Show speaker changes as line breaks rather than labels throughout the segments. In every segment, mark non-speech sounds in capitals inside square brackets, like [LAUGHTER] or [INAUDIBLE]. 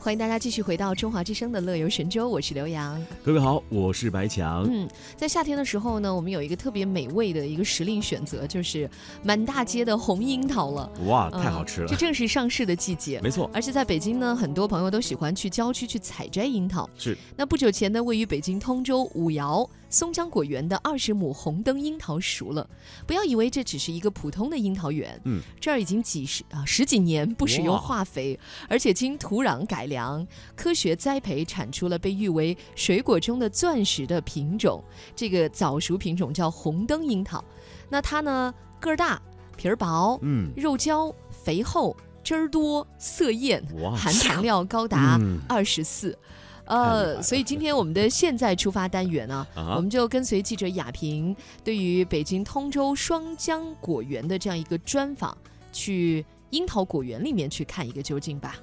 欢迎大家继续回到《中华之声》的乐游神州，我是刘洋。
各位好，我是白强。
嗯，在夏天的时候呢，我们有一个特别美味的一个时令选择，就是满大街的红樱桃了。
哇，啊太好吃了
嗯这！正是上市的季节。
没错，
而且在北京呢，很多朋友都喜欢去郊区去采摘樱桃。
是
那不久前呢，位于北京通州五窑松江果园的二十亩红灯樱桃熟了。不要以为这只是一个普通的樱桃园，
嗯，
这儿已经几十啊十几年不使用
哇
化肥，而且经土壤改良、科学栽培，产出了被誉为水果中的钻石的品种。这个早熟品种叫红灯樱桃。那它呢，个儿大，皮儿薄，
嗯，
肉胶、肥厚、汁儿多、色艳，
哇，
含糖量高达
哦嗯
二十四。
太厉害
呃，
了
所以今天我们的现在出发单元呢，我
啊，
们就跟随记者亚萍对于北京通州双江果园的这样一个专访，去樱桃果园里面去看一个究竟吧。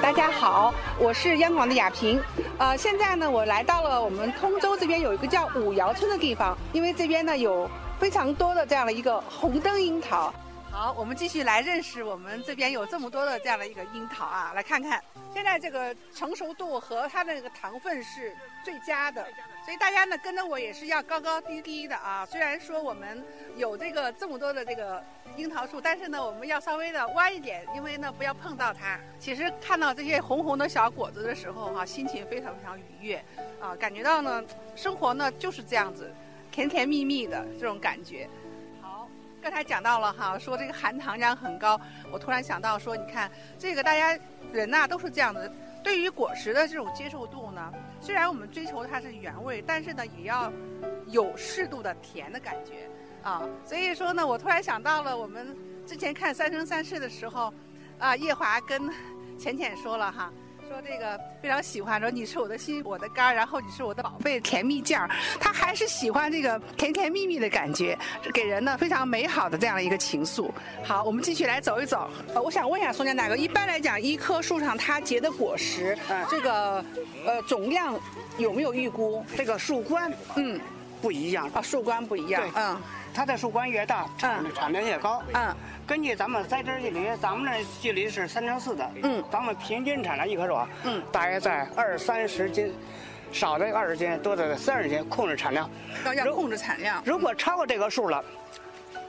大家好，我是央广的雅萍。呃，现在呢，我来到了我们通州这边有一个叫五窑村的地方，因为这边呢有非常多的这样的一个红灯樱桃。好，我们继续来认识我们这边有这么多的这样的一个樱桃啊，来看看现在这个成熟度和它的那个糖分是最佳的，所以大家呢跟着我也是要高高低低的啊。虽然说我们有这个这么多的这个樱桃树，但是呢，我们要稍微的弯一点，因为呢不要碰到它。其实看到这些红红的小果子的时候哈、心情非常非常愉悦，啊，感觉到呢生活呢就是这样子，甜甜蜜蜜的这种感觉。好，刚才讲到了哈，说这个含糖量很高，我突然想到说，你看这个大家人呐、都是这样的，对于果实的这种接受度呢，虽然我们追求它是原味，但是呢也要有适度的甜的感觉。啊，所以说呢，我突然想到了我们之前看《三生三世》的时候，啊，夜华跟浅浅说了哈，说这个非常喜欢，说你是我的心，我的肝儿，然后你是我的宝贝，甜蜜酱儿，他还是喜欢这个甜甜蜜蜜的感觉，给人呢非常美好的这样的一个情愫。好，我们继续来走一走。呃，我想问一下宋江大哥，一般来讲，一棵树上它结的果实，这个呃总量有没有预估？
这个树冠
嗯，
不一样，
啊，树冠不一样
对，
嗯
它的树冠越大，产
嗯
产量越高。
嗯，
根据咱们栽植距离，咱们那距离是三乘四的。
嗯
咱们平均产量一棵树啊，
嗯，
大约在二三十斤，少的二十斤，多的三十斤，控制产量。
要要
如
控制产量。
如果超过这个数了，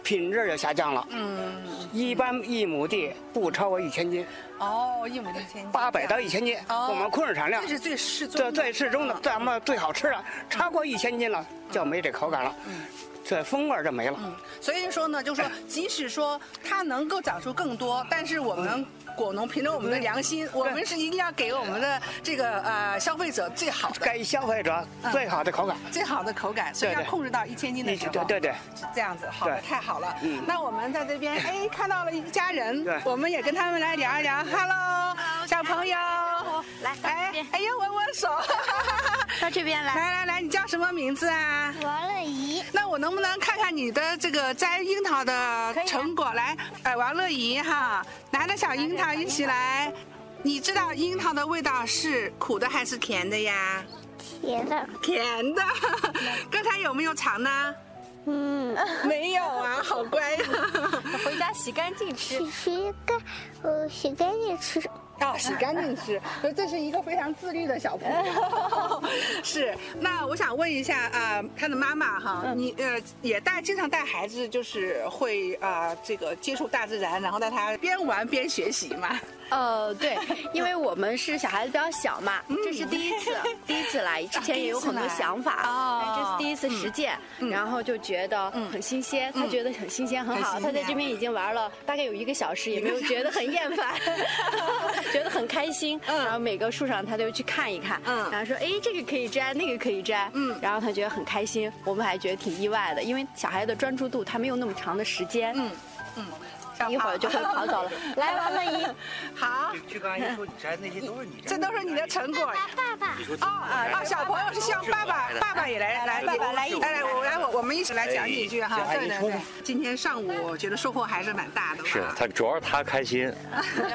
品质就下降了。
嗯，
一般一亩地不超过一千斤，
哦，一亩地千斤，
八百到一千斤，
哦
我们控制产量
这。是最适中
这
的，
最适中的
嗯，
咱们最好吃了，超过一千斤了就没这口感了，这风味儿就没了。
嗯，所以说呢，就
哎
说即使说它能够长出更多，但是我们果农凭着我们的良心，我们是一定要给我们的这个呃消费者最好的、
给消费者
嗯
最好的口感。
最好的口感，所以
对
要
对
控制到一千斤的
一
时
起
候。
对对对，
这样子，好的，
对
太好了。
嗯
那我们在这边，哎，看到了一家人
对，
我们也跟他们来聊一聊。Hello，小朋友，
来到这
哎
边，
哎呀，握握手， [LAUGHS]
到这边来。
来来来，你叫什么名字啊？
王乐怡，
那我能不能看看你的这个摘樱桃的成果？来，呃，王乐怡哈，拿着小樱桃一起来。你知道樱桃的味道是苦的还是甜的呀？
别的，
甜的。刚才有没有尝呢？
嗯，
没有啊，好乖啊呀、
回家洗干净吃。
洗洗干，呃，洗干净吃。
[LAUGHS] 要洗干净吃，所以这是一个非常自律的小朋友。 [LAUGHS] 是，那我想问一下啊、呃他的妈妈哈，你呃也带经常带孩子，就是会啊、呃这个接触大自然，然后带他边玩边学习嘛。
[LAUGHS] 呃，对，因为我们是小孩子比较小嘛，这是第一 [LAUGHS] 次，嗯第一次来，嗯之前也有很多想法，哎
哦
但这是第一次实践，然后就觉得很新鲜，他觉得很新鲜，嗯很
很新
好，他
鲜
在这边已经玩了大概有一个小时，也没有觉得很厌 [LAUGHS] 烦，觉得很开心，然后每个树上他都去看一看，
嗯
然后说，哎，这个可以摘，那个可以摘，
嗯
然后他觉得很开心，我们还觉得挺意外的，因为小孩的专注度他没有那么长的时间，
嗯上
一会儿就会
[LAUGHS]
跑 [LAUGHS] 走了。来，王乐怡，
好，
就刚才说你摘那些都是你摘
这都是你的成果。
爸爸，
你说
哦啊，哦小朋友是希望爸爸，爸爸也来来
爸爸来一起
来来，我来我我们一起来讲几句哈。
哎
对对
冲
对，今天上午我觉得收获还是蛮大的。
是他，主要是他开
[LAUGHS]
心，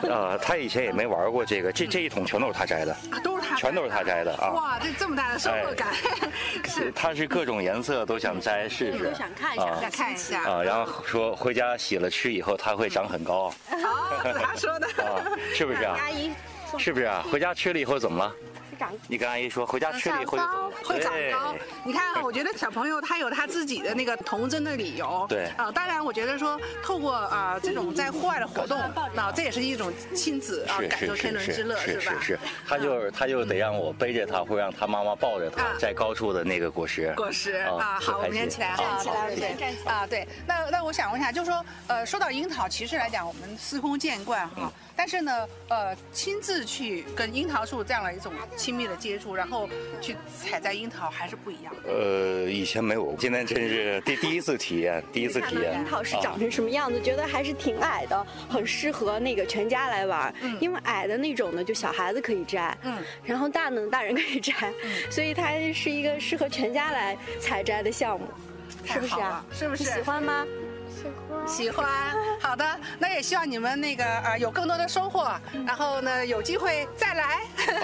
呃，他以前也没玩过这个，这这一桶全都是他摘的，
啊都是他，
全都是他摘的啊哎
哇，这这么大的收获感， [LAUGHS] 是
他是各种颜色都想摘试试，
都想看一下
啊
再看一下
啊，然后说回家洗了吃以后，它会长很高
哦，是他说的。
啊，是不是啊？
阿姨
是不是啊？回家吃了以后怎么了？
长
你跟阿姨说回家吃了以后就怎么了？
[LAUGHS] 会长高
对。
你看啊，我觉得小朋友他有他自己的那个童真的理由。
对
啊、当然我觉得说透过啊、这种在户外的活动，那、这也是一种亲子啊、
是
感受
是
天
是
伦
是
之乐，
是
吧？
是
[LAUGHS]
是，他就是他就得让我背着他，或让他妈妈抱着他
啊，
在高处的那个果 [LAUGHS] 实。
果实
啊
啊，
是
好，我们
开
连
心
起来啊，
站
起来
对
站起
啊，对。那那我想问一下，就是说，呃，说到樱桃，其实来讲我们司空见惯哈
嗯，
但是呢，呃，亲自去跟樱桃树这样的一种亲密的接触，然后去采摘樱桃还是不一样的。
呃，以前没有，今天真是第第一次体验，第一次
看
体
到
验。
樱桃是
啊
长成什么样子，觉得还是挺矮的，很适合那个全家来玩儿。因为矮的那种呢，就小孩子可以摘，
嗯
然后大呢大人可以摘，所以它是一个适合全家来采摘的项目，是不是
太好
啊
了？是不是
你喜欢吗？
喜欢。
喜欢，好的，那也希望你们那个呃有更多的收获，然后呢有机会再来。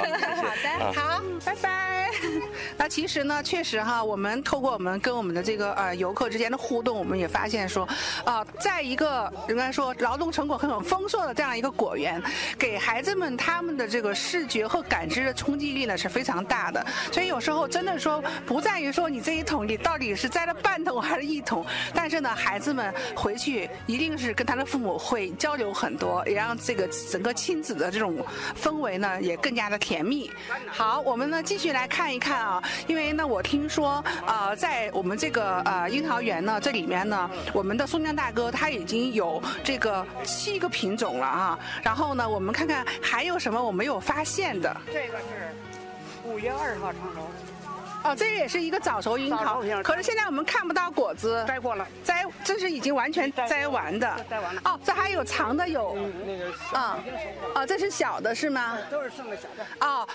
啊
好，拜拜。 [LAUGHS] 那其实呢，确实哈，我们透过我们跟我们的这个呃游客之间的互动，我们也发现说，啊、在一个应该说劳动成果很丰硕的这样一个果园，给孩子们他们的这个视觉和感知的冲击力呢是非常大的。所以有时候真的说，不在于说你这一桶里到底是栽了半桶还是一桶，但是呢，孩子们回去一定是跟他的父母会交流很多，也让这个整个亲子的这种氛围呢也更加的甜蜜。好，我们呢继续来看一看啊，因为呢我听说呃在我们这个呃樱桃园呢这里面呢，我们的松江大哥他已经有这个七个品种了啊，然后呢我们看看还有什么我没有发现的
这个是五月二号成熟，
哦，这也是一个早熟樱
早
桃
熟樱，桃
可是现在我们看不到果子，
摘过了，
摘这是已经完全摘完的
摘完了嗯
哦，这还有长的有
那个小
啊啊，这是小的是吗？
都是剩的小的。
哦，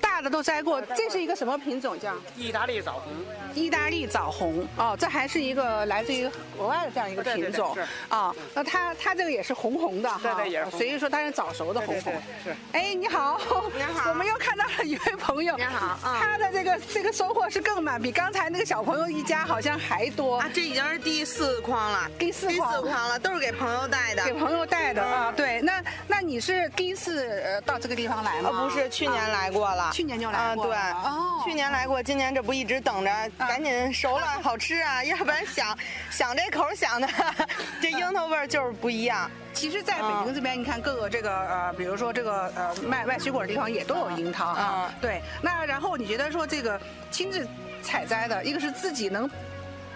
大的都摘过，这是一个什么品种叫？
意大利枣红，
意大利枣红哦，这还是一个来自于国外的这样一个
对对
品
对
种
是
啊。那它它这个也是红红的哈，哦
对对也是红
所以说它是早熟的红
对
红
对。是。
哎，你好，
你好
[LAUGHS] 我们又看到了一位朋友，
你好嗯
他的这个这个收获是更满，比刚才那个小朋友一家好像还多，
啊，这已经是第四筐了，
第四筐
第四筐了，都是给朋友带的。
给朋友带的啊。对，那那你是第一次呃到这个地方来吗？啊
呃，不是，去年来过了，
去年就来过了
啊对，
哦啊
去年来过，今年这不一直等着，赶紧熟了好吃啊， [LAUGHS] 要不然想想这口想的， [LAUGHS] 这
啊
樱桃味儿就是不一样。
其实，在北
啊
京这边，你看各个这个呃，比如说这个呃卖卖水果的地方也都有樱桃啊。对，那然后你觉得说这个亲自采摘的，一个是自己能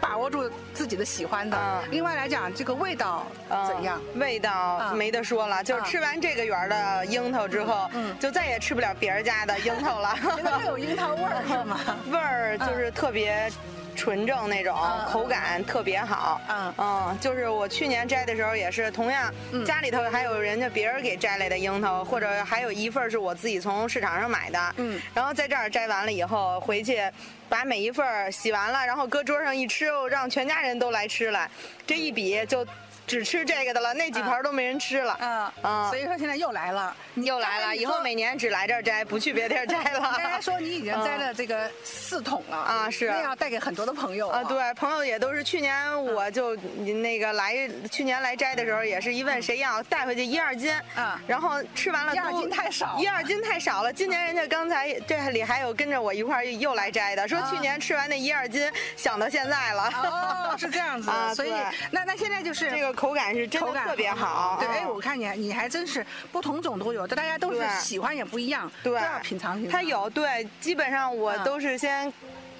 把握住自己的喜欢的，
嗯
另外来讲这个味道
嗯
怎样？？
味道
嗯
没得说了，就是
嗯
吃完这个园儿的樱桃之后，就再也吃不了别人家的樱
[LAUGHS]
桃了。
觉得会有樱桃味儿是吗？
[LAUGHS]
[LAUGHS]
味儿就是特别纯正那种，
嗯
口感特别好。
嗯
就是我去年摘的时候也是，同样、
嗯
家里头还有人家别人给摘来的樱桃，或者还有一份儿是我自己从市场上买的。
嗯，
然后在这儿摘完了以后，回去把每一份儿洗完了，然后搁桌上一吃，让全家人都来吃了，这一比就只吃这个的了，那几盘儿都没人吃了。
嗯
嗯
所以说现在又来了，你
又来
刚才
了，
你
以后
说
每年只来这儿摘，不去别地儿摘了。
[LAUGHS] 刚才说你已经摘了这个四桶了
啊是
那要带给很多的朋友嗯
啊，。对，朋友也都是去年我就那个来，去年来摘的时候也是一问谁要带回去一二斤，
嗯
然后吃完了
一二
都
斤太少
一二斤太少了。今年人家刚才这里还有跟着我一块儿又来摘的，说
啊
去年吃完那一二斤，想到现在
哦
了，，
是这样子，
啊
所以
对
那那现在就是
这个口感是真
口
的
感
特别好。
对，
嗯
哎，我看你你还真是不同种都有，但大家都是
对
喜欢也不一样，
对
都要品尝品尝。
它有对，基本上我
嗯
都是先。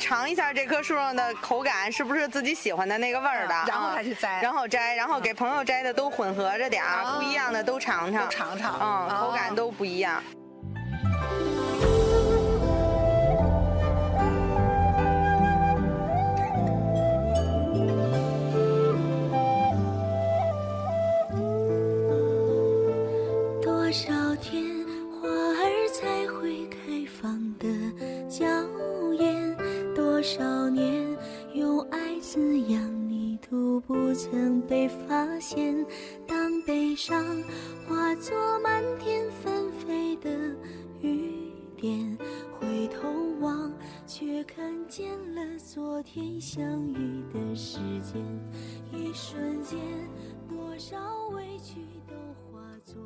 尝一下这棵树上的口感是不是自己喜欢的那个味儿的，
嗯然后
嗯
才去摘嗯
然后摘，然后给朋友摘的都混合着点儿，不一样的都尝尝，
哦都尝尝
嗯，口
哦
感都不一样。
曾被发现。当悲伤化作漫天纷飞的雨点，回头望，却看见了昨天相遇的时间。一瞬间，多少委屈都化作。